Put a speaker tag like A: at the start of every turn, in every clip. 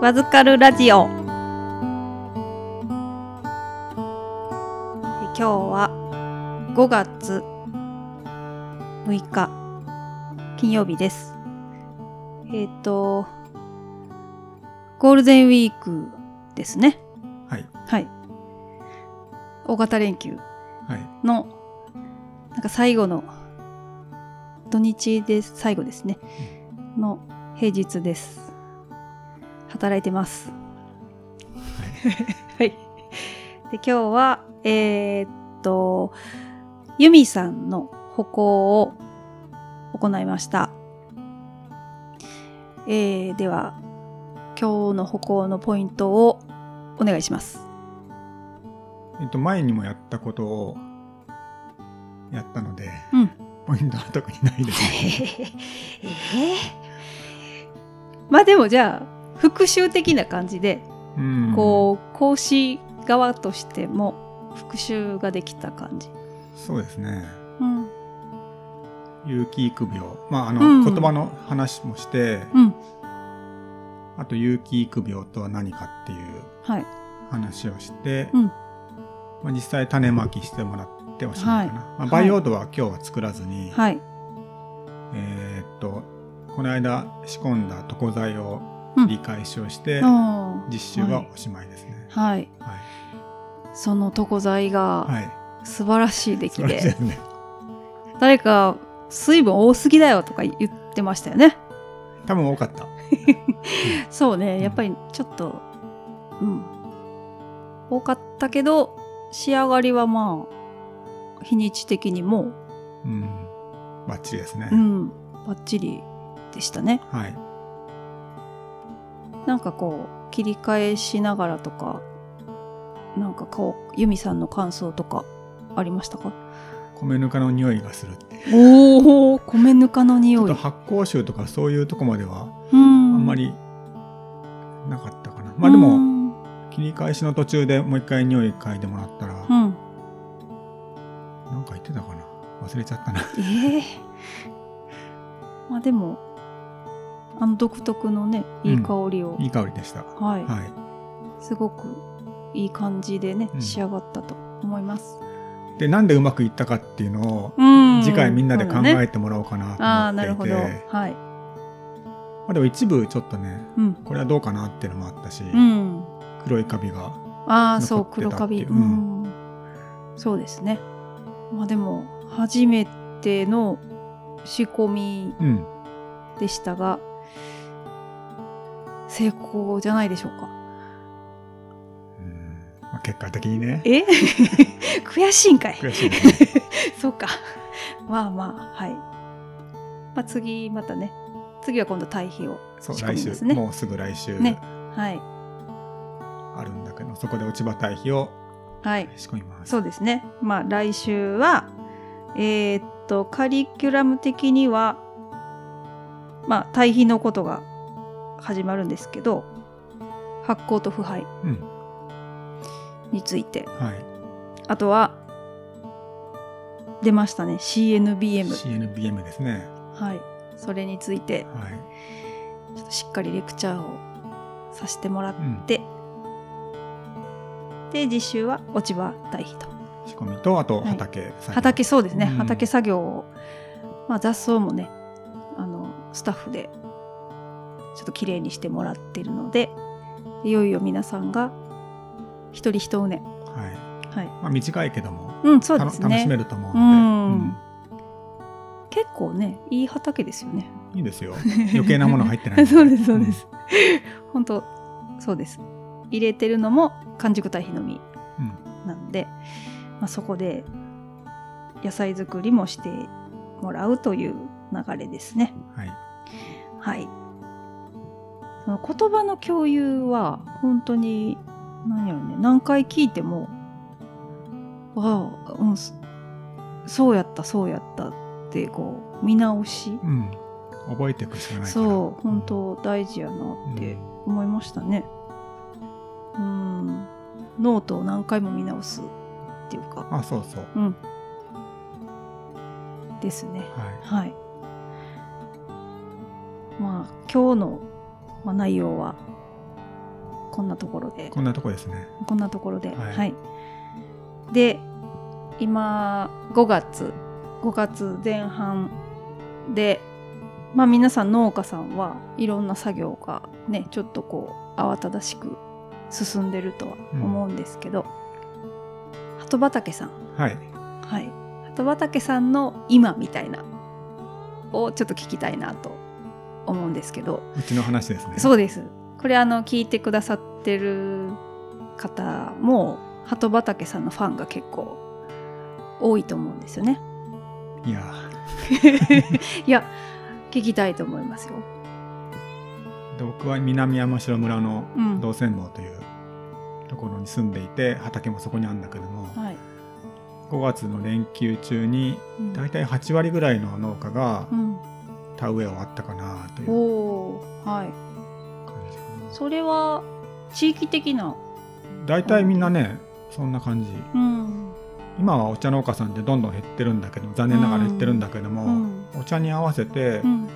A: わずかるラジオ。え今日は5月6日金曜日です。えっ、と、ゴールデンウィークですね。
B: はい。
A: はい。大型連休
B: はい。
A: の、なんか最後の、土日で最後ですね。の平日です。働いてます。 はい。で、今日は、えーっと、ユミさんの歩行を行いました。えー、では、今日の歩行のポイントをお願いします。
B: えっと、前にもやったことをやったので、
A: うん。
B: ポイントは特に ないです。
A: えーまあでもじゃあ復習的な感じで、
B: うん。
A: こう講師側としても復習ができた感じ。
B: そうですね。
A: うん
B: 有機育病。まあ、あの、
A: うん
B: 言葉の話もして、
A: うん
B: あと有機育病とは何かっていう
A: はい
B: 話をして、
A: うん
B: まあ、実際種まきしてもらっておしまいかな。まあ、培養土は今日は作らずに、
A: はい
B: えーっと、この間仕込んだ床材を
A: うん
B: 理解しをして、
A: あー
B: 実習はおしまいですね。
A: はい
B: はい。
A: その床材が
B: はい。
A: 素晴らしい出来
B: そ
A: で、
B: れですね。
A: 誰か水分多すぎだよとか言ってましたよね。
B: 多分多かった。
A: そうねやっぱりちょっとうん多かったけど仕上がりはまあ日にち的にもう
B: うん。バッチリですね。
A: うん、バッチリでしたね。
B: はい。
A: なんかこう、切り替えしながらとか、なんかこう、ユミさんの感想とかありましたか
B: 米ぬかの匂いがするっていう。
A: おお米ぬかの
B: ちょっ
A: 匂
B: と
A: い。
B: 発酵臭とかそういうとこまではあ
A: ん
B: んまりなかったかな。まあで
A: う
B: も、
A: ん。
B: 切り返しの途中でもう一回匂い嗅いでもらったら、
A: う
B: なん
A: ん
B: か言ってたかな。忘れちゃったな。
A: ええまあでも、あの独特のね、いい香りを、
B: いい香りでした。は
A: はい、
B: い。
A: すごくいい感じでね、
B: うん
A: 仕上がったと思います。
B: で、なんでうまくいったかっていうのを、
A: うん
B: 次回みんなで考
A: そうだね
B: えてもらおうか
A: ああ、
B: な
A: な
B: と
A: る
B: 思っ
A: ほ
B: てい
A: ど。
B: て、
A: はい。
B: まあでも一部ちょっとね、
A: うん。
B: これはどうかなっていうのもあったし、
A: うん。
B: 黒いカビが
A: ああ、そう、
B: 残って
A: 黒
B: た
A: カ
B: って
A: ビ。。
B: いううん
A: そうですね。まあでも、初めての仕込み
B: うん、
A: でしたが、成功じゃないでしょうか。
B: うんまあ、結果的にね、
A: え 悔しいんかい。
B: 悔しいね。
A: そうか。まあまあ、はい。まあ次、またね。次は今度堆肥を。
B: そう、
A: 仕込
B: 来
A: みで
B: 週
A: す、ね
B: もうすぐ来週
A: ねはい。
B: あるんだけど、そこで落ち葉堆肥を
A: はい。
B: 仕込みます。
A: そうですね。まあ来週は、えーっと、カリキュラム的には、まあ対比のことが始まるんですけど、発酵と腐敗
B: うん、
A: について、
B: はい。
A: あとは、出ましたね。CNBM。
B: CNBM ですね。
A: はい。それについて、
B: はい。
A: ちょっとしっかりレクチャーをさせてもらっ
B: うん、
A: て、で、次週は落ち葉堆肥と。
B: 仕込みと、あと畑、作業
A: 畑そうですね、
B: うん
A: 畑作業を、まあ、雑草もねあのスタッフでちょっと綺麗にしてもらってるのでいよいよ皆さんが一人一畝ね
B: はい。
A: はい
B: まあ、短いけども、
A: うんそう
B: た
A: で
B: の
A: す
B: 楽しめ
A: ね
B: ると思う
A: うん
B: の
A: 結構ねいい畑ですよね
B: で、うんいいですよ。余計なもの入ってない の
A: そうですそうです、本当そうです入れてるのも完熟堆肥の実
B: うん
A: なんで、まあ、そこで野菜作りもしてもらうという流れですね
B: はい。
A: はい。その言葉の共有は本当に何やろね何回聞いても「わあ、うん、そそうやったそうやった」ってこう見直し、
B: うん。覚えていくしかないから。
A: そう本当大事やな
B: うん。
A: って思いましたね。うんノートを何回も見直すっていうか、
B: あ、そうそう。
A: うん、ですね。
B: は
A: はい。まあ今日のまあ内容はこんなところで
B: こんなとこですね。
A: こんなところで、は
B: はい
A: い。で、今、5月、5月前半で、まあ皆さん農家さんはいろんな作業がね、ちょっとこう慌ただしく進んでるとは思うんですけど、鳩畑さん、
B: はい。
A: はい。鳩畑さんの今みたいなをちょっと聞きたいなと思うんですけど、
B: うちの話ですね。
A: そうです。これあの聞いてくださってる方も鳩畑さんのファンが結構多いと思うんですよね。
B: いやー、
A: いや聞きたいと思いますよ。
B: で僕は南山城村の
A: うん。
B: 道仙坊というところに住んでいて、畑もそこにあるんだけども、
A: はい。
B: 5月の連休中に、
A: うん
B: だいたい8割ぐらいの農家が
A: うん。
B: 田植え終わったかなとい
A: お
B: う
A: おー。はい。
B: 感じかな。
A: それは地域的な。
B: 大体みんなね、そんな感じ。
A: うん。
B: 今はお茶農家さんってどんどん減ってるんだけど残念ながら減ってるんだけども、
A: うん
B: お茶に合わせて
A: うん。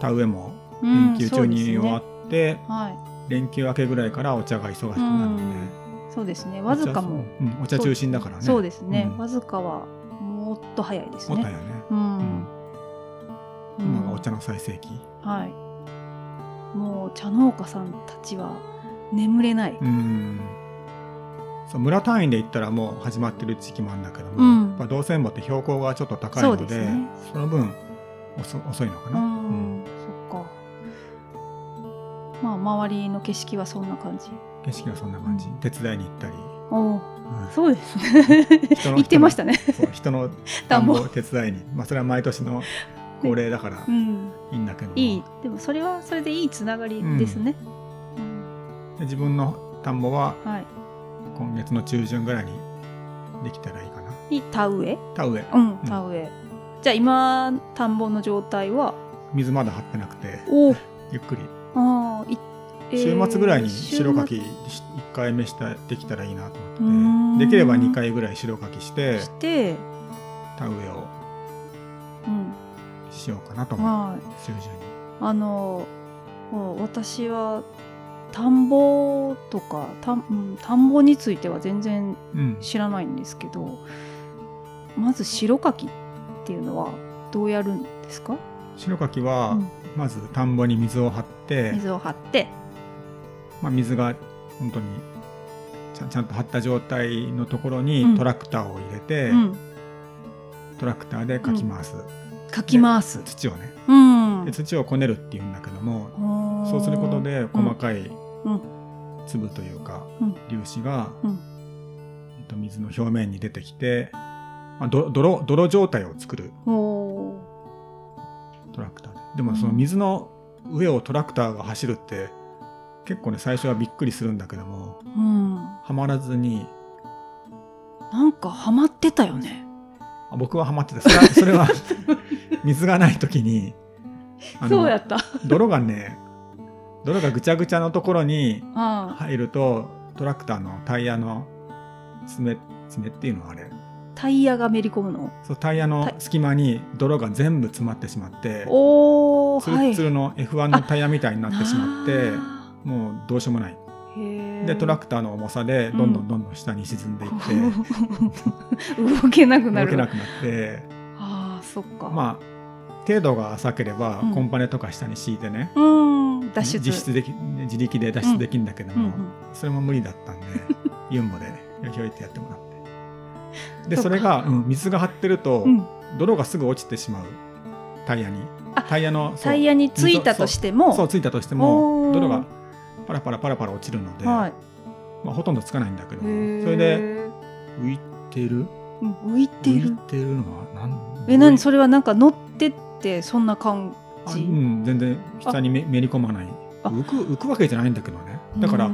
B: 田植えも
A: うん
B: 連休中に終わ
A: そうですね
B: って、
A: は
B: 連休明けぐらいからお茶が忙しくなるんでね、
A: い。そうですね。わずかも。
B: お茶,、うん、お茶中心だからね
A: そうですね。
B: うん
A: わずかはもっと早いです
B: もったい
A: ね。
B: よね、
A: うん。
B: うん、今がお茶の最盛期、
A: はい。もう茶農家さんたちは眠れない。
B: うん、そう村単位で言ったらもう始まってる時期もあるんだけども、
A: うん
B: やっぱ道仙坊って標高がちょっと高い
A: そ
B: の
A: う
B: で
A: ですね
B: その分遅遅いのか
A: う
B: な、
A: ん、そっか。まあ周りの景色はそんな感じ。
B: うん景色はそんな感じ手伝いに 行ったり、
A: おお、
B: うん
A: そうですね。
B: 人の
A: 言ってましたね。
B: そう人の
A: 田
B: 田
A: ん
B: ん
A: ぼ
B: ぼを手伝いに、まあ、それは毎年の恒例だから
A: うん、
B: いいんだけども、
A: いい。でもそれはそれでいいつながりですね。うん
B: で自分の田んぼは
A: はい。
B: 今月の中旬ぐらいにできたらいいかな
A: に田植え。
B: 田植え
A: うん、田植え。じゃあ今田んぼの状態は。
B: 水まだ張ってなくて
A: おお。
B: ゆっくり
A: ああ、い。え
B: 週
A: ー
B: 末ぐらいに白
A: 週
B: か
A: 末
B: き1回目したできたらいいなと
A: うー
B: 思
A: ん
B: ってできれば2回ぐらい白かきして
A: して。
B: 田植えを
A: うん。
B: しようかなと思
A: はい。
B: う中旬に
A: あのもう私は田んぼとか田,、うん、田んぼについては全然
B: うん
A: 知らないんですけどまず白かきっていうのはどうやるんですか、
B: 白かき
A: う
B: は
A: ん
B: まず田んぼに水を張って、
A: 水を張って、
B: まあ、水が本当にちゃんちゃんと張った状態のところ
A: うん
B: にトラクターを入れて、
A: うん、
B: トラクターでかき回す、
A: かき回す。
B: 土をね
A: うん
B: で、土をこねるっていうんだけども
A: あー
B: そうすることで細かい
A: うん
B: 粒というか、
A: うん
B: 粒子が、
A: う
B: えっと水の表面に出てきて、まあ、ど泥泥状態を作る
A: おー
B: トラクターででもその水の上をトラクターが走るって結構ね最初はびっくりするんだけども
A: うん、
B: はまらずに
A: なんかハマってたよね。
B: あ僕はハマってたそれ はそれは水がない時にあの
A: そうやった。
B: 泥がね泥がぐちゃぐちゃのところに
A: あ
B: 入るとトラクターのタイヤの爪爪っていうのはあれ
A: ータイヤがめり込むの。
B: そうタイヤの隙間に泥が全部詰まってしまって
A: おお、
B: ツルッツルの F1 のタイヤみたいになってしまって
A: あ
B: もうどうしようもない
A: ーへー
B: でトラクターの重さでどんどんどんどん下に沈んで いって、
A: 動けなくなる
B: 動けなくなって
A: ああそっか
B: まあ程度が浅ければ
A: うん
B: コンパネとか下に敷いてね、
A: うん脱出
B: 実質でき自力で脱出できるんだけど
A: うんう
B: も、
A: ん
B: それも無理だっ たんでユンボでひょいってやってもらってで
A: そうか
B: それが、うん水が張ってると、
A: うん
B: 泥がすぐ落ちてしまうタイヤに
A: あ
B: タイヤのそう
A: タイヤについたとしても
B: そうついたとして
A: おー
B: も泥がパラパラパラパラ落ちるので、
A: はい
B: まあ、ほとんどつかないんだけど
A: へー
B: それで浮いてる
A: うん浮いて
B: 浮い
A: る
B: てるのはなん
A: え何
B: れ
A: それはなんか乗ってってそんな感
B: う
A: じ
B: ん全然下にめめり込まない
A: あ
B: 浮く浮くわけじゃないんだけどねだから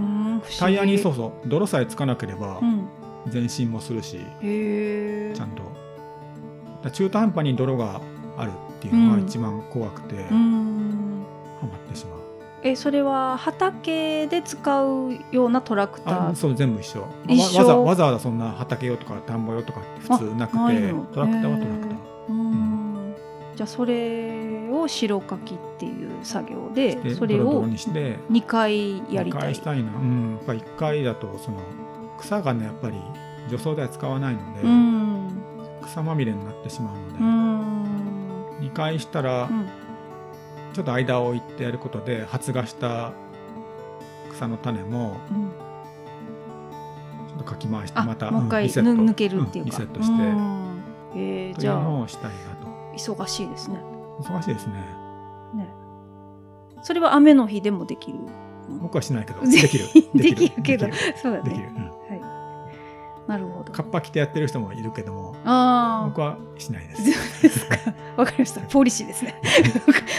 B: タイヤにそう
A: う
B: そう泥さえつかなければ
A: ーん
B: 前進もする
A: 不
B: し、
A: 思議うんへえ
B: ちゃんとだから中途半端に泥があるっていうのが一番怖くて、
A: う
B: ハ
A: ん
B: マってしまう
A: えそれは畑で使うようなトラクタ
B: あ
A: ー
B: そう全部一緒わ
A: 一緒
B: わざわざわざそんな畑用とか田んぼ用とかって普通なく
A: あない
B: て
A: の
B: トラクターはトラクター
A: うーんじゃあそれをを白かきっていう作業で
B: で
A: それ
B: ドロドロ
A: を
B: にして
A: 2回やりた
B: 返
A: い
B: したいな、うん、やっぱ1回だとその草がねやっぱり除草では使わないので、
A: うん
B: 草まみれになってしまうので、
A: うん
B: 2回したら
A: うん
B: ちょっと間を置いてやることで発芽した草の種も
A: うん
B: ちょっとかき回して
A: あ
B: また
A: もう一
B: ん
A: 回
B: リセッ
A: ぬ
B: ト
A: 抜けるっていうか
B: んリセットして、
A: うんえー
B: とい
A: じ
B: う
A: ゃ
B: の
A: あ
B: をしたいなと
A: 忙しいですね
B: 忙しいですね
A: ねそれは雨の日でもで きる
B: 僕はしない けど
A: 全員
B: できる
A: できるけど
B: でき
A: そうだ
B: るできる
A: ね
B: うん
A: なるほど
B: カッパ着てやってる人もいるけども
A: あ
B: 僕はしないで
A: そうですすか わかりましたポリシーですね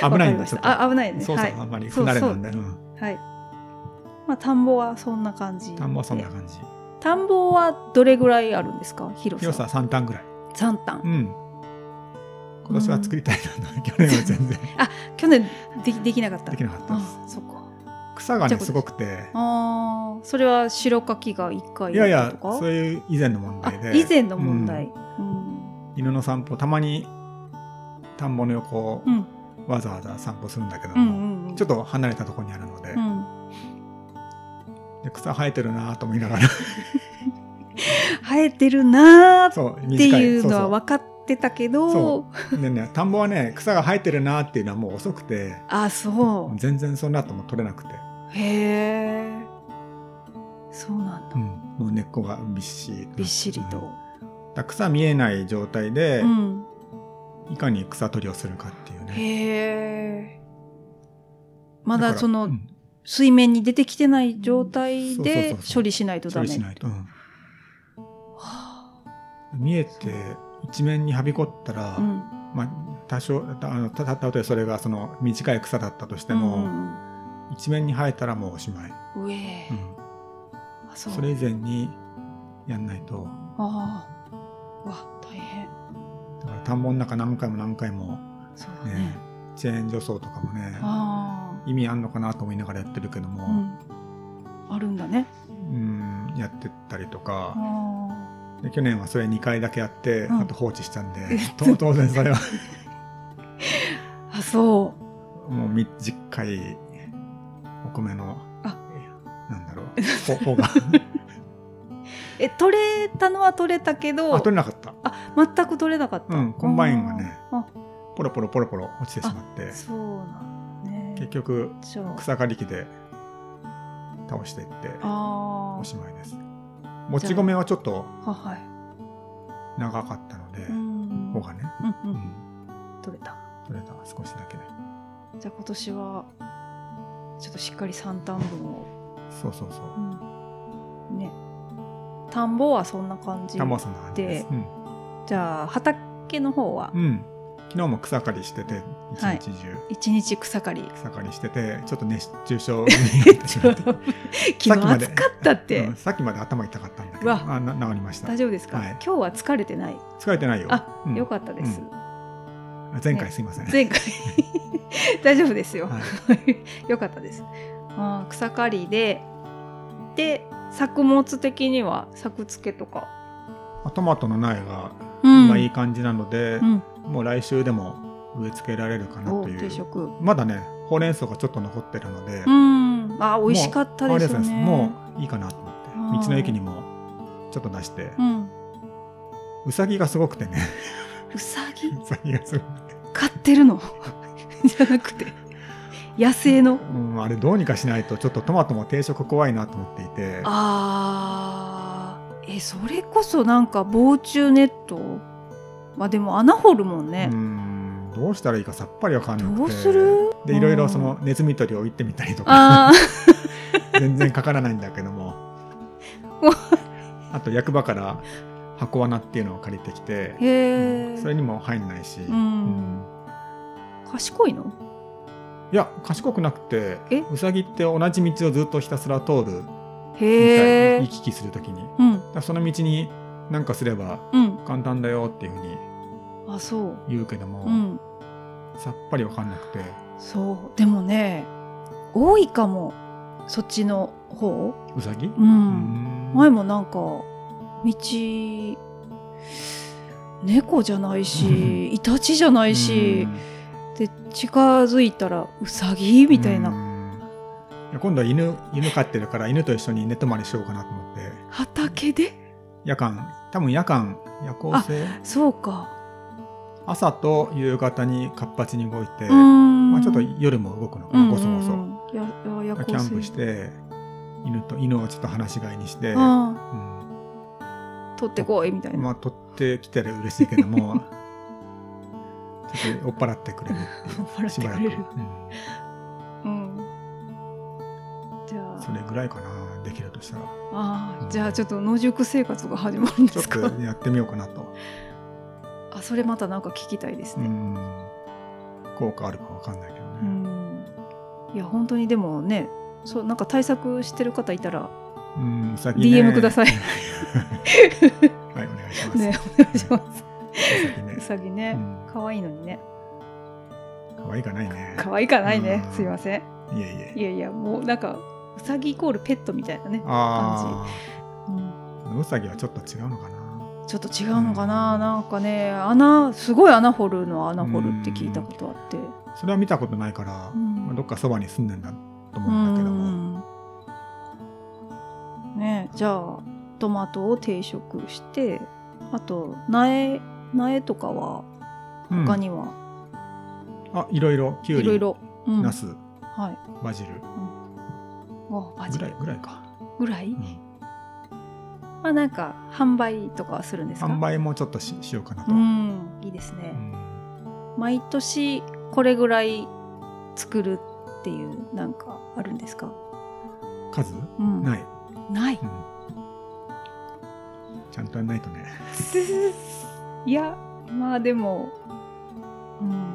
B: 危な
A: わかり
B: いん
A: ま
B: で
A: した
B: ちょっと
A: あ危ないね
B: 操
A: は
B: 作
A: い
B: があんまり
A: そう
B: 不慣れなんでうん
A: はいまあ田んぼはそんな感じ
B: 田んぼはそんな感じ
A: 田んぼはどれぐらいあるんですか広さ
B: 広さ3単ぐらい
A: 三単
B: うん今年は作りたいな去年は全然
A: 去年できできなかった
B: できなかったです
A: あそっか
B: 草が
A: じゃ
B: ね
A: あ
B: すごくて
A: あーそれは白かきが一回
B: いやい
A: やっ
B: や
A: たとか
B: そういう以前の問
A: あ
B: 題で
A: 以前の問題うん
B: 犬の散歩たまに田んぼの横を
A: うん
B: わざわざ散歩するんだけど
A: うん
B: も、
A: うんうん
B: ちょっと離れたところにあるので,、
A: うん
B: で草生えてるなぁと思いながら
A: 生えてるなーっ
B: そ
A: て
B: う短い
A: いうのは
B: そう
A: 分かってたけど
B: そそうでね田んぼはね草が生えてるなぁっていうのはもう遅くて
A: あそ
B: もう全然その後も取れなくて、
A: うへえそうなんだ
B: うんもう根っこがびっしり
A: びっしりと
B: うんだから草見えない状態で、
A: うん
B: いかに草取りをするかっていうね
A: へえま
B: か
A: だ
B: ら
A: その
B: うん
A: 水面に出てきてない状態
B: そうそうそ
A: で
B: うそ
A: 処
B: う
A: 理しないと
B: 処
A: ダメ
B: 理しないと、うん
A: は
B: 見えて一面にはびこったら、
A: あうん
B: まあ、多少たあのたたたとえそれがその短い草だったとしても、
A: うん
B: 一面に生えたらもうおしまい、
A: うんうえ
B: うん
A: あそう
B: それ以前にやんないと
A: ああわ大変
B: だから田んぼの中何回も何回も
A: そうだ
B: ね
A: ね
B: チェーン除草とかもね
A: あ
B: 意味あんのかなと思いながらやってるけど
A: あ、
B: も、
A: うん、あるんだね
B: うん、やってったりと
A: あ
B: か、
A: あ
B: で去年はそれ2回だけやって、
A: うん
B: あと放置したんで
A: え
B: と当然それは
A: あそう
B: もう短いお米の
A: あ
B: なんだろう 方が
A: え取れたのは取れたけど
B: あ取れなかった、
A: あ全く取れなかった、
B: うん、コンバインがね
A: あ
B: ポロポロポロポロ落ちてしまって
A: ーそうなんだ
B: 結
A: ね
B: 局
A: じゃあ
B: 草刈り機で倒していって
A: あ
B: おしまいですもち米はちょっと
A: あははい
B: 長かったので
A: うん
B: 方がね、
A: うん
B: う
A: うん
B: ん、
A: 取れた
B: 取れた少しだけで
A: じゃあ今年はちょっとしっかり三単分を、
B: そうそうそう
A: うん、ね田んぼはそんな感じ
B: 田んぼはそんな感じです
A: で
B: うん、
A: じゃあ畑の方は
B: うん、昨日も草刈りしてて一
A: はい
B: 日中、
A: 一日草刈 り
B: 草刈りしててちょっと熱中症に なってしまって
A: 昨日
B: まで
A: 暑かったって、
B: うんさっきまで頭痛かったんだけ
A: う
B: ど
A: わ
B: あな治りました
A: 大丈夫ですか、
B: はい
A: 今日は疲れてない
B: 疲れてないよ
A: あ、
B: うん
A: よかったです、
B: う前回
A: ね
B: すいません、
A: 前回 大丈夫ですよ、
B: は い
A: よかったですあー草刈りでで作物的には作付けとか、
B: まあトマトの苗が
A: うん
B: 今いい感じなので、
A: うん、
B: もう来週でも植え付けられるかな
A: お
B: とい
A: 定
B: う
A: 食
B: まだねほうれん草がちょっと残ってるので、
A: うんあー美味しかった
B: あれ
A: ですよね
B: もういいかなと思
A: あー
B: って道の駅にもちょっと出して、
A: う、ん、
B: うさぎがすごくてね
A: うさぎ
B: うさぎがすごくて、
A: 買ってるの じゃなくて野生の
B: うん、あれどうにかしないとちょっとトマトも定食怖いなと思っていて
A: あーえそれこそなんか防虫ネットまあでも穴掘るもんね
B: う、んどうしたらいいかさっぱりわかんなくて
A: どうする
B: でいろいろそのネズミ捕りを行ってみたりとか
A: あ
B: 全然かからないんだけど も
A: もう
B: あと役場から箱罠っていうのを借りてき て
A: あへえ
B: それにも入んないし、
A: ん
B: うん
A: 賢いの
B: いや賢くなくて
A: え
B: うさぎって同じ道をずっとひたすら通るみた
A: へえ
B: いに行き来するときにだか
A: うん
B: らその道に何かすれば
A: うん
B: 簡単だよっていうふうに
A: あそう
B: 言うけども、
A: うん
B: さっぱりわかんなくて
A: そうでもね多いかもそっちの方
B: うさぎ
A: う
B: うんん
A: 前もなんか道猫じゃないしイタチじゃないし、
B: うん
A: で近づいたらウサギみたいな
B: うんいや今度は犬犬飼ってるから犬と一緒に寝泊まりしようかなと思って
A: 畑で
B: 夜間多分夜間夜行性
A: そうか
B: 朝と夕方に活発に動いて、
A: うーん
B: まあ、ちょっと夜も動くのかなごそごそ、
A: そやや夜行性
B: キャンプして犬と犬をちょっと放し飼いにして、うん
A: ああ取ってこいみたいな、
B: まあ取ってきたら嬉しいけどもちょっと追っ払ってくれるっていうしばらく、
A: 追っ払っ
B: う
A: てくれる
B: ん
A: うん、じゃ
B: そ
A: あ
B: れぐらいかなできるとしたら
A: ああじゃあちょっと野宿生活が始まるん
B: ち
A: で
B: ょ
A: すか
B: っとやってみようかなと。
A: あそれまたなんか聞きたいです
B: う
A: ね、
B: ん効果あるかわかんないけど
A: う
B: ね。
A: んいや本当にでもねそうなんか対策してる方いたら
B: うん、先
A: DM ください
B: はい、お願いします。
A: ね お願いします
B: 先ね
A: う。さぎね
B: うん
A: 可愛いのにね
B: 可愛いかないね。
A: 可愛いかないね
B: うん
A: すいません
B: いえいえ。
A: いやいやもうなんかうさぎイコールペットみたいなね、
B: あ
A: うん
B: あ、うさぎはちょっと違うのかな。
A: ちょっと違うのかな、なんかね穴すごい穴掘るのは穴掘るって聞いたことあって、
B: それは見たことないから、
A: うん
B: まあどっかそばに住んでんだと
A: う
B: 思うんだけども。
A: んねじゃあトマトを定食してあと苗苗とかは
B: うん
A: 他には
B: あ、いろいろ、きゅう
A: いろい
B: り、
A: ろ、うん
B: ナス、
A: はい
B: バジル
A: おバジ
B: ぐ
A: ル
B: らいぐらいか。
A: ぐらい
B: うん
A: まあなんか販売とかはするんですか
B: 販売もちょっとししようかなと
A: う。んいいですね、
B: うん
A: 毎年これぐらい作るっていうなんかあるんですか、
B: 数
A: うん、
B: ないい。
A: ない
B: うんちゃんとやんないとね。
A: いやまあでもうん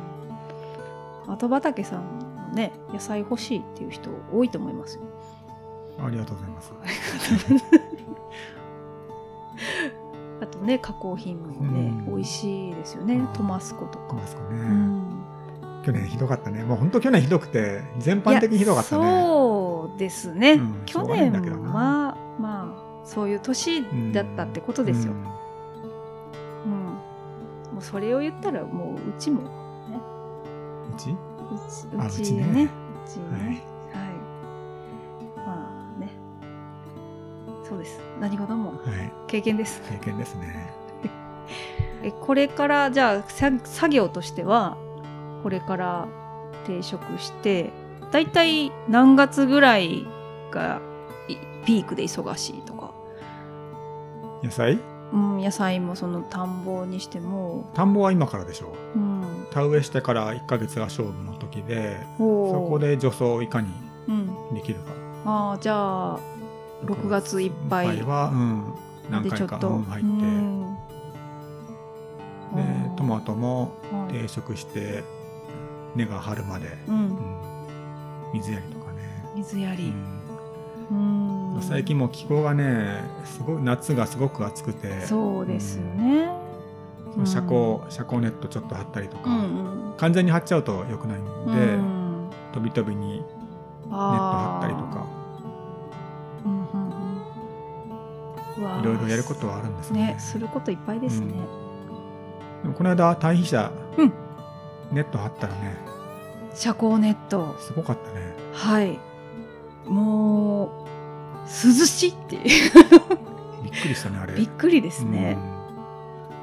A: 後畑さんもね野菜欲しいっていう人多いと思いますよ
B: ありがとうございます。
A: あとね加工品もね、
B: うん
A: 美味しいですよねトマスコと
B: コ
A: か、
B: マスコ
A: う
B: ね。
A: ん、
B: 去年ひどかったね。もう本当去年ひどくて、全般的にひどかった
A: いや
B: ね。
A: そうですね、
B: うんしょ
A: 去
B: うがな
A: 年
B: いんだけどな
A: はまあそういう年だったってことですよ、
B: うん
A: うんもうそれを言ったらもううちも
B: うち
A: うち
B: あ
A: う
B: う
A: ち
B: ち
A: ね
B: ね
A: うちねはい、まあねそうです何事も
B: はい。
A: 経験です
B: 経験ですね。
A: えこれからじゃあさ作業としてはこれから定食してだいたい何月ぐらいがいピークで忙しいとか、
B: 野菜
A: うん、野菜もその田んぼにしても、
B: 田んぼは今からでしょう。
A: うん、
B: 田植えしてから1ヶ月が勝負の時で、
A: おー
B: そこ、で除草をいかに
A: うん、
B: できるか。
A: ああじゃあ6月いっぱい
B: いっは、うん、何
A: でちょっ
B: 回か
A: と、
B: うん入っ
A: う
B: て。
A: ん
B: で
A: うん
B: トマトも
A: はい
B: 定食して根が張るまで、
A: う、
B: うんん、水やりとかね、
A: 水や
B: う
A: り、
B: ん
A: うん
B: 最近もう気候がねすごい夏がすごく暑くて
A: そうですよ、ね、
B: うん車高車高ネットちょっと張ったりとか、
A: うんうん
B: 完全に張っちゃうと良くないんで、
A: うん、ネ
B: 飛び飛びにネット
A: ット
B: 張ったりとか
A: うんうんうんうわー
B: いろいろやることはあるんですね
A: ねすることいっぱいですね、
B: でもこの間堆肥車、
A: うん
B: ネット張ったらね
A: 遮光ネット
B: すごかったね
A: はいもう涼しいっていう
B: びっくりしたねあれ
A: びっくりですね、
B: うん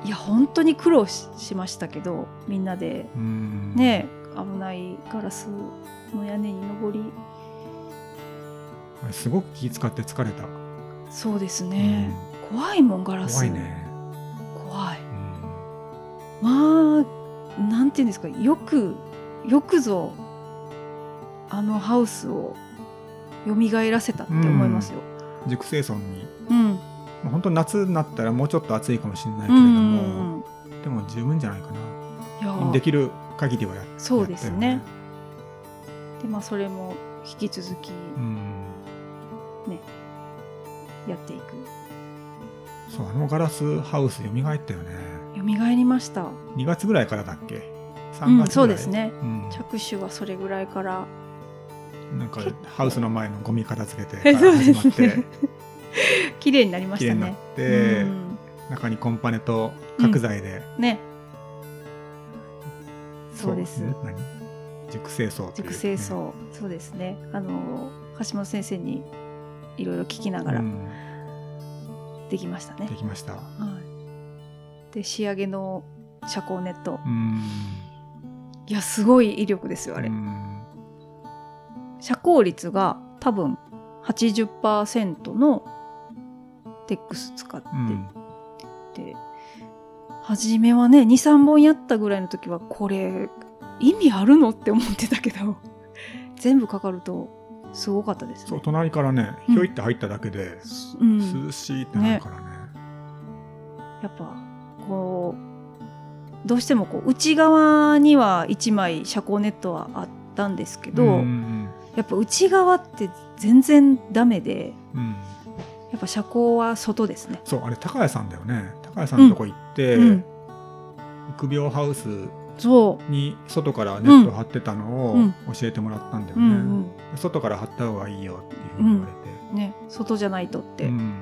A: いや本当に苦労ししましたけどみんなで
B: うん
A: ね危ないガラスの屋根に登り
B: あれすごく気使って疲れた
A: そうですね、怖いもんガ
B: うん
A: ラス
B: 怖いね、
A: 怖い
B: うん
A: まあなんていうんですかよくよくぞあのハウスを蘇らせたって思いますよ、
B: 熟成村に
A: うん、
B: まあ本当に夏になったらもうちょっと暑いかもしれないけ
A: うん
B: れ
A: う
B: ど
A: ん
B: も、
A: うん
B: でも十分じゃないかない
A: や
B: できる限りはやっ
A: そうですね
B: やったよ
A: でまあそれも引き続き
B: うん
A: やっていく
B: そうあのガラスハウス蘇ったよね
A: 蘇りました、
B: 2月ぐらいからだっけ
A: う
B: 3月ぐら
A: ん、
B: い、
A: そうですね
B: うん
A: 着手はそれぐらいから
B: なんか
A: 結構
B: ハウスの前のゴミ片付けてか ら
A: そう
B: 始
A: で
B: まっ
A: すね
B: て
A: 綺麗になりま
B: 綺
A: し
B: 麗
A: た
B: になっ
A: ね
B: て、
A: うん
B: 中にコンパネと角材で、
A: ね
B: そ
A: そうです
B: ん何熟成層という、
A: 熟成層、そうですねあの橋本先生にいろいろ聞きながら
B: うん
A: できましたね
B: で、きました
A: はい、で仕上げの遮光ネット
B: うん
A: いやすごい威力ですよあれ、
B: うん
A: 遮光率が多分80%のテックス使って
B: うん
A: て、初めはね23本やったぐらいの時はこれ意味あるのって思ってたけど 全部かかるとすごかったですね
B: そう隣からね
A: うん
B: ひょいって入っただけで、
A: うん、
B: 涼しいってなるからね
A: やっぱこうどうしてもこう内側には1枚遮光ネットはあったんですけど、
B: うん
A: やっぱ内側って全然ダメで
B: うん
A: やっぱ遮光は外ですね。
B: そうあれ高谷さんだよね高谷さんのとこ行って、
A: うん
B: 育苗ハウス
A: そ
B: に外からネットを張ってたの
A: う
B: を
A: ん
B: 教えてもらったんだよ
A: う、う
B: ね、
A: ん
B: 外から張った方がいいよっていうふうに言われて、
A: うんね、外じゃないとって、
B: うん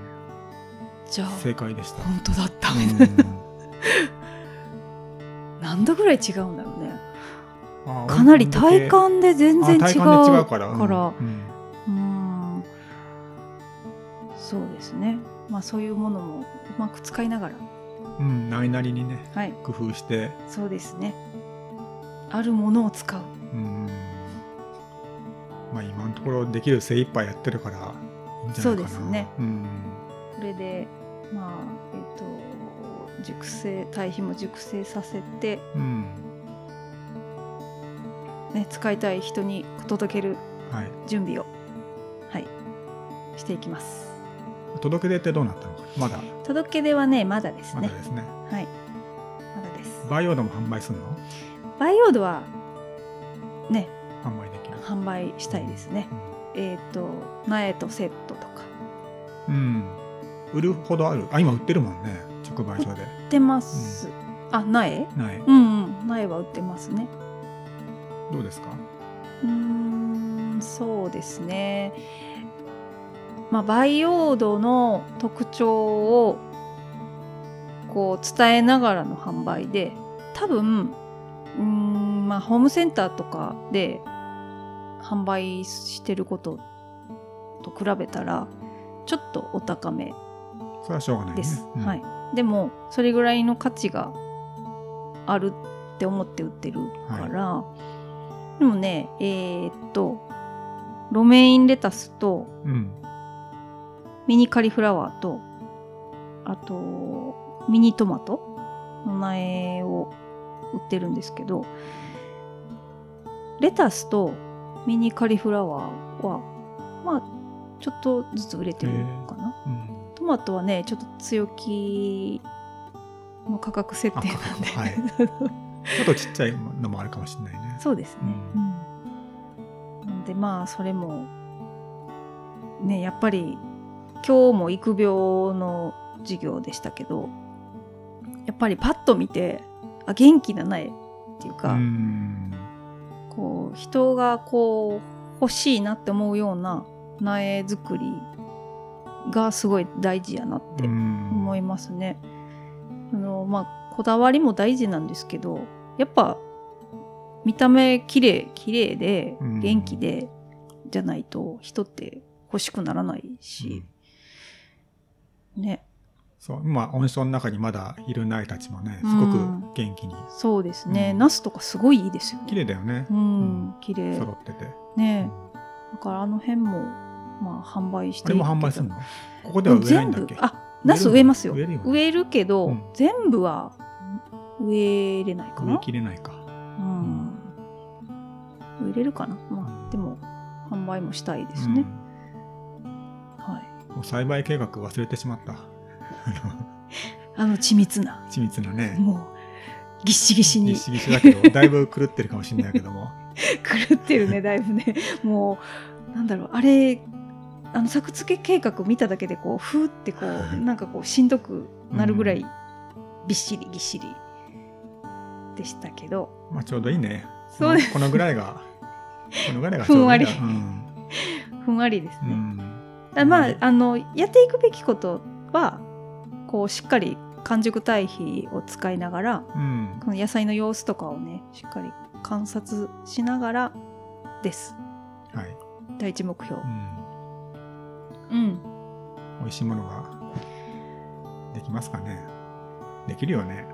A: じゃあ
B: 正解でした、
A: 本当だった、
B: うん
A: 何度ぐらい違うんだろうね
B: あ
A: かなり体感で全然違う
B: あ体
A: か
B: 感で
A: ら
B: 違うからうん
A: うんそうですねまあそういうものもうまく使いながら
B: うんうんないなりにね
A: はい
B: 工夫して、
A: そうですねあるものを使う
B: うんまあ今のところできる精一杯やってるからいいんじゃないかな
A: そうですね
B: うん
A: これでまあえっ、と熟成堆肥も熟成させて、
B: うん
A: ね、使いたい人に届ける
B: はい
A: 準備をはいしていきます
B: 届け出ってどうなったのかまだ
A: 届け出はねまだです
B: ま
A: ね
B: だですね
A: はいまだです
B: バイオードも販売するの
A: 培養土はね
B: 販売できる
A: 販売したいですねえっ、と苗とセットとか
B: うん、うん売るほどあるあ今売ってるもんね直売所で
A: 売ってます、あ苗
B: ない
A: うんうん苗は売ってますね
B: どうですか
A: うーんそうですねまあ培養土の特徴をこう伝えながらの販売で多分うーんまあホームセンターとかで販売してることと比べたらちょっとお高め
B: それはしょうがないね
A: です、
B: うん
A: はい、でもそれぐらいの価値があるって思って売ってるから、でもねえーっとロメインレタスと
B: うん
A: ミニカリフラワーとあとミニトマトの苗を売ってるんですけどレタスとミニカリフラワーはまあちょっとずつ売れてるかな、
B: うん
A: トマトはねちょっと強気の価格設定なんで、
B: あはいちょっとちっちゃいのもあるかもしれないね。
A: そうですね、
B: う
A: うんなんでまあそれもねやっぱり今日も育苗の授業でしたけどやっぱりパッと見てあ元気な苗っていうか、
B: うん
A: こう人がこう欲しいなって思うような苗作りがすごい大事やなって思いますね。あのまあこだわりも大事なんですけどやっぱ見た目綺麗綺麗で
B: うん
A: 元気でじゃないと人って欲しくならないし、ね
B: そう今温床の中にまだいる苗たちもね
A: う
B: す
A: ん
B: ごく元気に
A: そうですね、
B: うん
A: ナスとかすごいいいですよね。
B: 綺麗だよね
A: う、
B: うん
A: 綺麗
B: 揃ってて、
A: ねだからあの辺もまあ販売し
B: あ
A: て
B: れ
A: い
B: も販売するのここでは
A: もう
B: 植えな
A: 全
B: いんだっ
A: 部
B: け
A: あナス植えますよ
B: 植
A: 植
B: え
A: え
B: る
A: る
B: よね
A: けど、
B: うん
A: 全部は植えれないか
B: 植え
A: な
B: きれないか
A: うん売れるかな、まあ、でも販売もしたいですね、はい、
B: うんもう栽培計画忘れてしまったあ
A: あの緻密な
B: の緻密なね
A: もうぎっしぎしに
B: ぎしぎしだけどだいぶ狂ってるかもしれないけども
A: 狂って るねだいぶねもうなんだろうあれあの作付け計画見ただけでこうふーってこうなんかこうしんどくなるぐらいびっしりぎっしりでしたけど
B: まあちょうどいいね
A: そうです
B: このぐらいがこのぐらいがちょうどいいだ
A: ふん
B: うん
A: ふんわりです
B: う
A: ね、
B: ん
A: だまああのやっていくべきことはこうしっかり完熟堆肥を使いながら
B: うん
A: この野菜の様子とかをねしっかり観察しながらです
B: はい、
A: 第一目標
B: うん、
A: うん
B: 美味しいものができますかねできるよね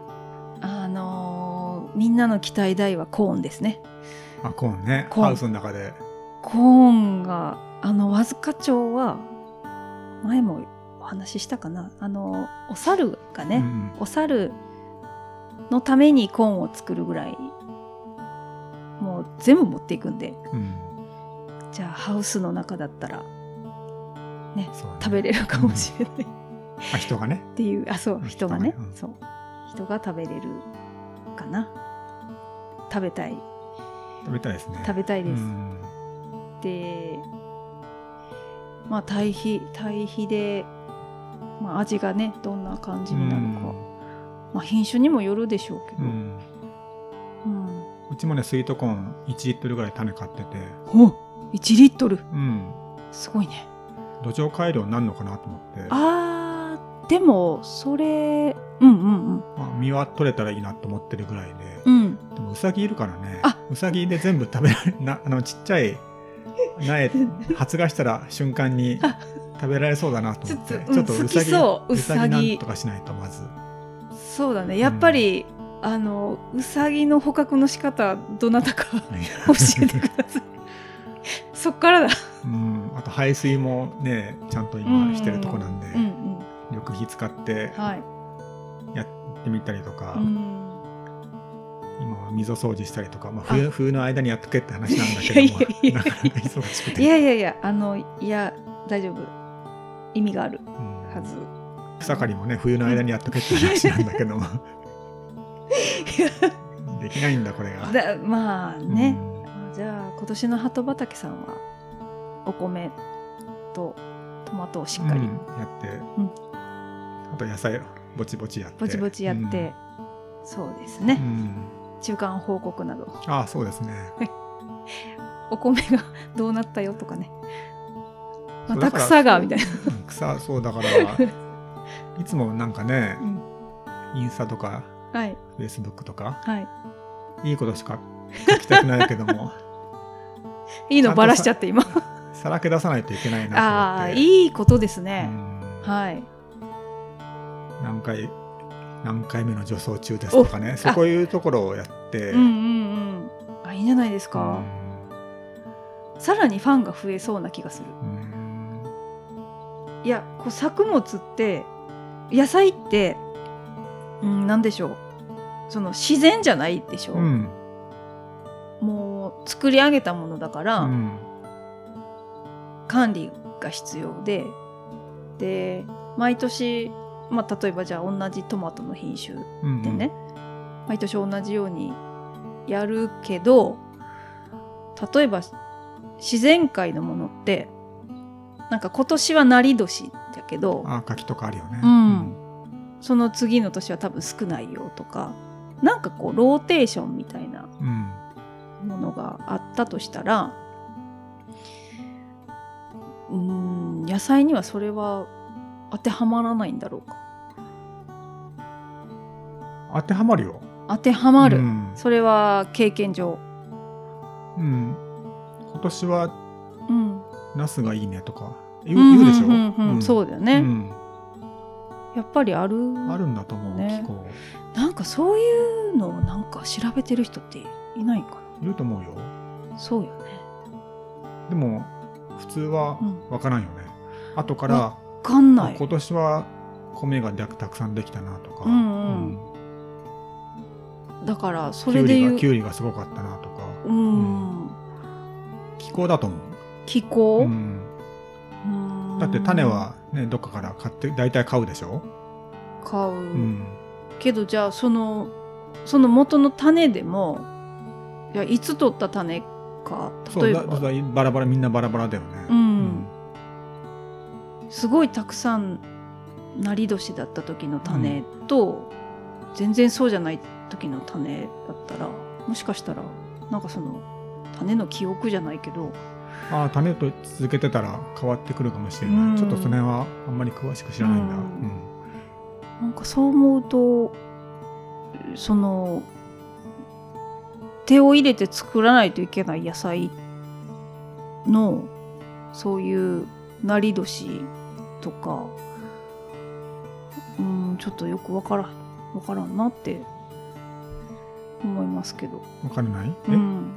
A: あのーみんなの期待大はコーンですね
B: あコーンね
A: コーン
B: ハウスの中で
A: コーンがあの和塚町は前もお話ししたかなあのお猿がね、
B: うん
A: お猿のためにコーンを作るぐらいもう全部持っていくんで
B: うんうん
A: じゃあハウスの中だったら
B: そうね
A: 食べれるかもしれない
B: あ人がね
A: っていうあそう
B: あ
A: 人がね
B: 人がねうん
A: そう人が食べれるかな食べたい
B: 食べたいですね
A: 食
B: べ
A: べたい
B: た
A: です、でまあ対比対比で、まあ、味がねどんな感じになるか、まあ、品種にもよるでしょうけど、
B: う
A: うん
B: んうちもねスイートコーン1リットルぐらい種買ってて
A: お1リットル
B: うん
A: すごいね
B: 土壌改良になるのかなと思って
A: あーでもそれうんうん
B: まあ、実は取れたらいいなと思ってるぐらいで、
A: うんうん
B: でもウサギいるからね
A: あ
B: ウサギで全部食べられな あのちっちゃい苗発芽したら瞬間に
A: あ
B: 食べられそうだなと思って
A: つつうん
B: と
A: 好きそう
B: ウサギ
A: ウサギ
B: なんとかしないとまず
A: そうだねやっぱり、あのうさぎの捕獲の仕方どなたか教えてくださいそっからだ
B: うん、あと排水もねちゃんと今してるとこなんで、
A: うんうん
B: 緑肥使って
A: はい
B: やってみたりとか、
A: うん
B: 今は溝掃除したりとか、まあ、冬冬の間にやっとけって話なんだけども
A: いやいやいやいや
B: なかなか忙しくて
A: いやいやいや、あの、いや、大丈夫。意味がある
B: うん
A: はず。
B: 草刈りもね冬の間にやっとけって話なんだけどもできないんだこれが。
A: だまあ
B: うん
A: ね、じゃあ今年の鳩畑さんはお米とトマトをしっかり、
B: うんやって、
A: ん
B: あと野菜をぼちぼちやって
A: ぼちぼちやって、、そうですね
B: うん、うん
A: 中間報告など
B: ああそうですね、
A: お米がどうなったよとかねま
B: そうだ
A: た
B: から
A: 草がみたいな、
B: うん草そう だからいつもなんかね
A: うん
B: インスタとか
A: はい
B: フェイスブックとか
A: はい
B: いいことしか 書きたくないけども
A: いいのばらしちゃって今
B: さらけ出さないといけないなと
A: ああ
B: 思っ
A: ー
B: て
A: いいことですね、
B: うん
A: はい
B: 何回何回目の助走中ですとかねそういうところをやって、
A: うんうんうんあいいんじゃないですか、さらにファンが増えそうな気がする
B: うん
A: いやこう作物って野菜って、うん、何でしょうその自然じゃないでしょ、
B: うん
A: もう作り上げたものだから、
B: うん
A: 管理が必要でで毎年、まあ、例えばじゃあ同じトマトの品種
B: うん
A: でね、毎年同じようにやるけど例えば自然界のものってなんか今年はなり年だけど
B: あ柿とかあるよね、
A: うんその次の年は多分少ないよとかなんかこうローテーションみたいな
B: うんうん
A: ものがあったとしたらうーん野菜にはそれは当てはまらないんだろうか
B: 当てはまるよ
A: 当てはまる、
B: うん
A: それは経験上
B: うん今年は
A: うん
B: ナスがいいねとか言う言うでしょ、
A: んんうんうんそうだよね、
B: うん
A: やっぱりある
B: あるんだと思う、
A: ね
B: 気候
A: なんかそういうのをなんか調べてる人っていないか
B: いると思うよ
A: なそうよね
B: でも普通は
A: うん
B: わからんよね、後から
A: わかんな
B: あ
A: い
B: 今年は米がたくさんできたなとか、
A: うんうんだからそれで
B: きゅ
A: 言
B: うりが
A: う
B: きゅうりがすごかったなとか
A: うん
B: 気候だと思
A: 気
B: う、
A: 候、
B: うん
A: うん
B: だって種はねどっかから買って大体買うでしょ、
A: 買う、
B: うん
A: けどじゃあそのその元の種でもいやいつ取った種か
B: そ
A: 例
B: う
A: え
B: だだ
A: ば
B: からバラバラみんなバラバラだよね、
A: うんすごいたくさんなり年だった時の種と、全然そうじゃない時の種だったらもしかしたらなんかその種の記憶じゃないけど
B: ああ種と続けてたら変わってくるかもしれない、
A: うん
B: ちょっとその辺はあんまり詳しく知らないんだ、
A: う
B: うんん
A: なんかそう思うとその手を入れて作らないといけない野菜のそういうなり年とかうんちょっとよくわからんわからんなって思いますけど、
B: わからないえ
A: うん、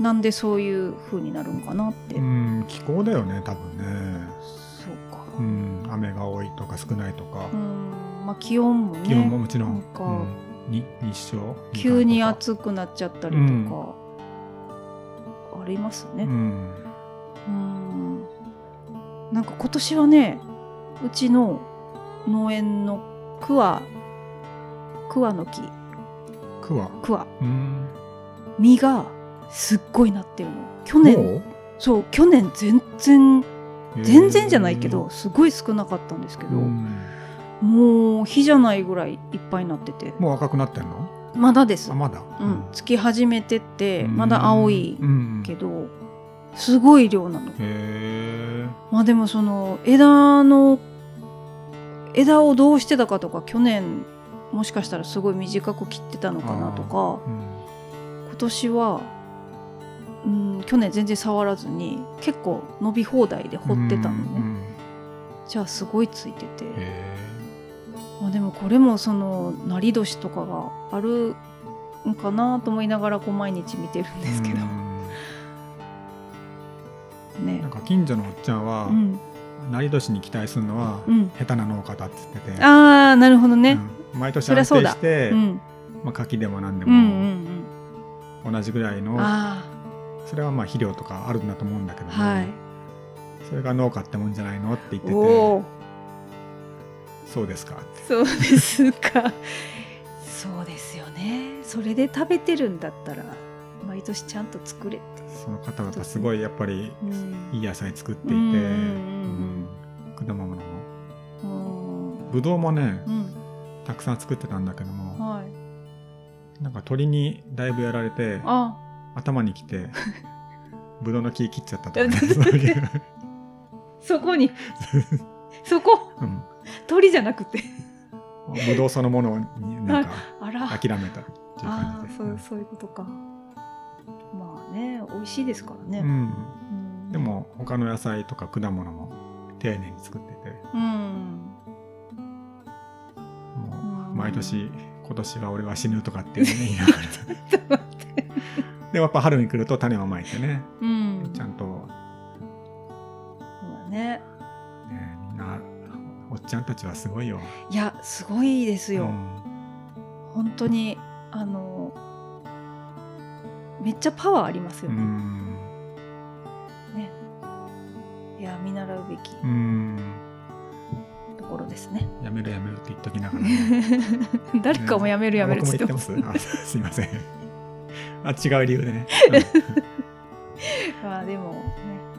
A: なんでそういう風になるんかなって、
B: うん気候だよね多分ね
A: そうか、う
B: う
A: ん
B: ん雨が多いとか少ないとか、
A: まあ、気温もね
B: 気温ももちろん
A: なんか
B: うんに日照
A: 急に
B: い、
A: 暑くなっちゃったりとか、ありますね。
B: うん、
A: うんなんか今年はねうちの農園の桑桑の木
B: 区は
A: 桑
B: うん
A: 実がすっごいなってるの去年
B: も
A: そう去年全然
B: う
A: 全然じゃないけ
B: へ
A: どすごい少なかったんですけ
B: ー
A: ど、
B: うん
A: もう火じゃないぐらいいっぱいになってて
B: もう赤くなってんの
A: まだです
B: あ、まだ、
A: うん、つき始めてって
B: うん
A: まだ青い
B: うん
A: けど、すごい量なの
B: へえ
A: まあでもその枝の枝をどうしてたかとか去年もしかしたらすごい短く切ってたのかなとか
B: うん
A: 今年はうん去年全然触らずに結構伸び放題で掘ってたのね、
B: うんうん
A: じゃあすごいついてて、
B: へ
A: まあ、でもこれもそのなり年とかがあるんかなと思いながらこう毎日見てるん
B: え
A: ですけど、
B: な
A: ね
B: ん。か近所のおっちゃんは、
A: うん
B: 成年に期待するのは、
A: うん、
B: 下手な農家だって言ってて
A: ああなるほどね、
B: うん毎年
A: そ
B: 安
A: りゃ
B: 定
A: そうだ
B: して、
A: うん
B: まあ、柿でも何で
A: うんうんう
B: も
A: ん
B: 同じぐらいの、
A: あ
B: それはまあ肥料とかあるんだと思うんだけど
A: あ
B: も、
A: はい
B: それが農家ってもんじゃないのって言ってて
A: おお
B: そうですかって
A: そうですかそうですよねそれで食べてるんだったら毎年ちゃんと作れって
B: その方々すごいやっぱり
A: うん
B: いい野菜作っていて、
A: うんうん
B: うん果物も
A: うん
B: ぶどうもね
A: うん
B: たくさん作ってたんだけども
A: はい
B: なんか鳥にだいぶやられて
A: あ
B: 頭にき てぶどうの木切っちゃったとか、ね、
A: だって
B: そういう、
A: そこ にそこ
B: うん、
A: 鳥じゃなくて
B: ぶどうそのものになんか
A: あら
B: 諦めたっていう
A: ああ
B: 感じで
A: そうそういうことかまあね美味しいですから
B: う
A: ね、
B: ん、
A: うん
B: でも他の野菜とか果物も丁寧に作ってて
A: うん
B: もう
A: うん
B: 毎年今年は俺は死ぬとかっていうね言いながらでもやっぱ春に来ると種をまいてね
A: うん
B: ちゃんと、
A: そうだね
B: ね、みんなおっちゃんたちはすごいよ。
A: いやすごいですよ、
B: うん
A: 本当にあのめっちゃパワーあります
B: う
A: よね、
B: ん
A: いや見習うべき
B: うん
A: ところですね
B: やめるやめるって言っときながらね、
A: 誰かもやめるやめる
B: あ僕も言って
A: ま
B: ますす。あすいません。あ違う理由 でね。
A: まあでもね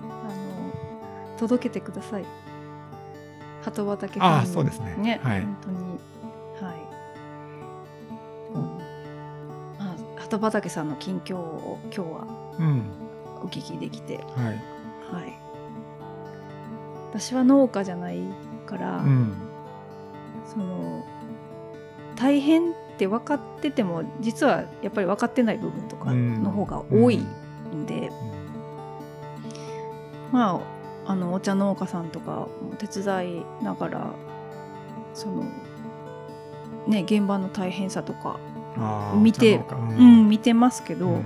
A: あの届けてください鳩畑
B: ああそうですね
A: ね、
B: はい
A: 本当にはい、まあ、鳩畑さんの近況を今日は
B: うん
A: お聞きできて
B: うんはい。
A: はい私は農家じゃないから、
B: うん
A: その大変って分かってても実はやっぱり分かってない部分とかの方が多いんで、
B: うん
A: まああのお茶農家さんとかも手伝いながらそのね現場の大変さとか、
B: あー
A: 見て
B: お茶農家
A: う
B: うんん
A: 見てますけど、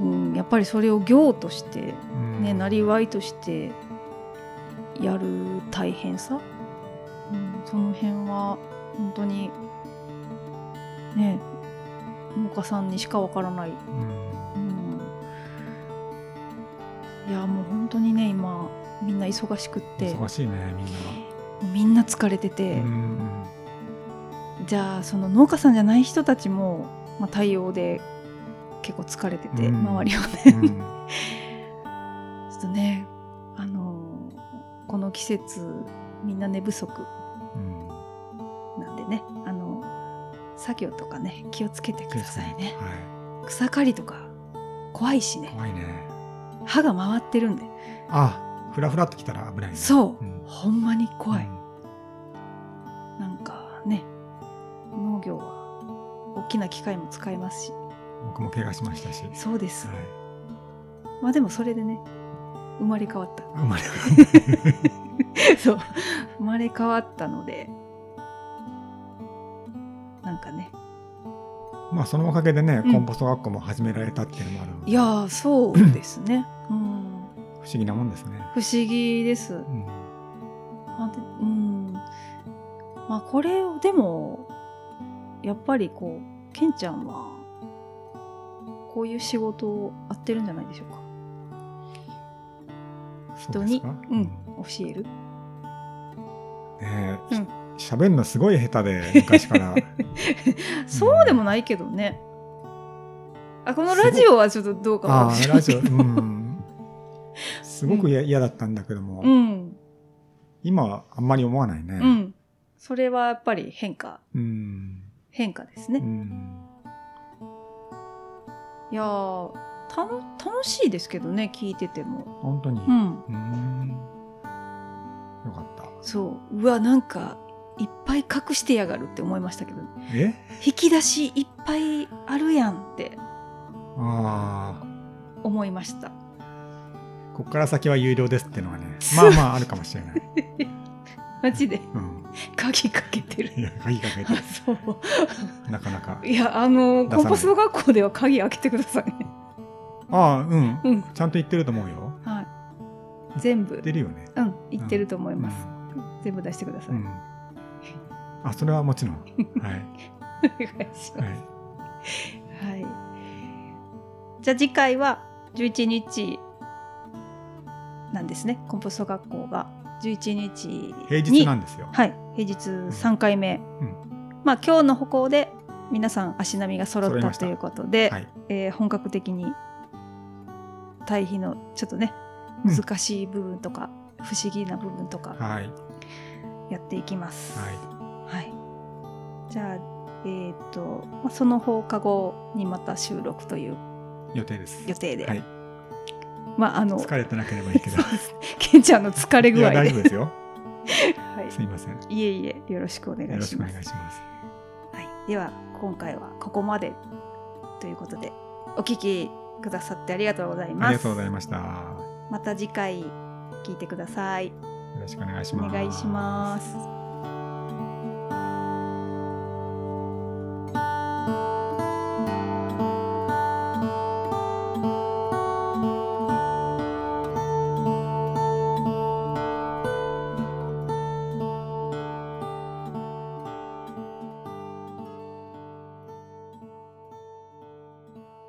A: うんやっぱりそれを業として
B: うん
A: ねなりわいとしてやる大変さ、うん、その辺は本当にね農家さんにしかわからない、
B: うん
A: うん、いやもう本当にね今みんな忙しくって
B: 忙しいねみんな
A: みんな疲れてて、
B: うん
A: じゃあその農家さんじゃない人たちも、まあ、対応で結構疲れてて、
B: うん
A: 周りをね
B: うんうん
A: ちょっとねあのーこの季節みんな寝不足
B: うん
A: なんでねあの作業とかね気をつけてくださいね
B: は
A: 草刈りとか怖いし
B: い
A: ね
B: 怖いね
A: 歯が回ってるんで
B: あフラフラっときたら危ないね
A: そう、
B: うん
A: ほんまに怖い、
B: う
A: なんかね農業は大きな機械も使いますし
B: ん僕も怪我しましたし、はい、
A: そうです、まあでもそれでね生まれ変わった
B: 生ま れ
A: そう生まれ変わったのでなんかね
B: まあそのおかげでね、
A: うん
B: コンポスト学校も始められたっていうのもあるので
A: いやーそうですね、うん、
B: 不思議なもんですね、
A: 不思議です
B: うん
A: まあでうんまあこれをでもやっぱりこうケンちゃんはこういう仕事を合ってるんじゃないでしょうか
B: そう
A: 人
B: です
A: に
B: か
A: う
B: うん
A: ん
B: ね
A: 教える
B: え
A: うん
B: しゃべるのすごい下手で昔から
A: そうでもないけどね。あこのラジオはちょっとどうか
B: あ
A: もしれな
B: あ ラ
A: いけ
B: ジ
A: ど
B: オ うんすごくや嫌だったんだけども、
A: うん。
B: 今はあんまり思わないね
A: うん。それはやっぱり変化、
B: うん
A: 変化です
B: う
A: ね。
B: ん
A: いやーたの楽しいですけどね、聞いてても。
B: 本当に
A: う。
B: うんーんよかった
A: そう。うわ、なんか、いっぱい隠してやがるって思いましたけど、
B: え
A: 引き出しいっぱいあるやんって
B: あ
A: 思いました。
B: あこっから先は有料ですって のはねまあまああるかもしれない、
A: マジで、
B: うん、
A: 鍵かけてる。
B: いや鍵かけ
A: あ、
B: て
A: そう。
B: なかなか
A: いや、あの
B: 出さな
A: コ
B: い
A: ンポスト学校では鍵開けてくださいね。
B: ああうん
A: うん。
B: ちゃんと言ってると思うよ
A: はい。全部
B: 言っ。てるよね
A: うん、言ってると思います。
B: う
A: 全部出してください。
B: ん、うんあそれはもちろんはい
A: お願いしま
B: は
A: す。
B: い
A: はい。じゃあ次回は11日なんですね。コンポスト学校が11日に
B: 平日なんですよ
A: はい、平日3回目。
B: うん
A: まあ今日の歩行で皆さん足並みが揃っ
B: 揃い
A: た
B: ました
A: ということで、
B: はい
A: えー本格的に対比のちょっとね
B: うん
A: 難しい部分とか、不思議な部分とか
B: はい
A: やっていきます。
B: は
A: はい。じゃあ、えっ、と、まあその放課後にまた収録という
B: い予定です
A: 予定で、
B: はい
A: まあ、あの、
B: 疲れてなければいいけど
A: そうですケンちゃんの疲れ
B: い
A: 具合
B: や
A: で、
B: 大丈夫ですよ
A: は
B: すいませんよ
A: い、いえいえ、よろしくお願
B: ろ
A: い
B: し
A: し
B: くお
A: ま
B: 願
A: す。
B: いします
A: はい、では、今回はここまでということで、お聞きくださってありがとうございます。
B: ありがとうございましたよ
A: また次回聞いてください。
B: ろしくお願いし
A: お
B: ます
A: 願いします。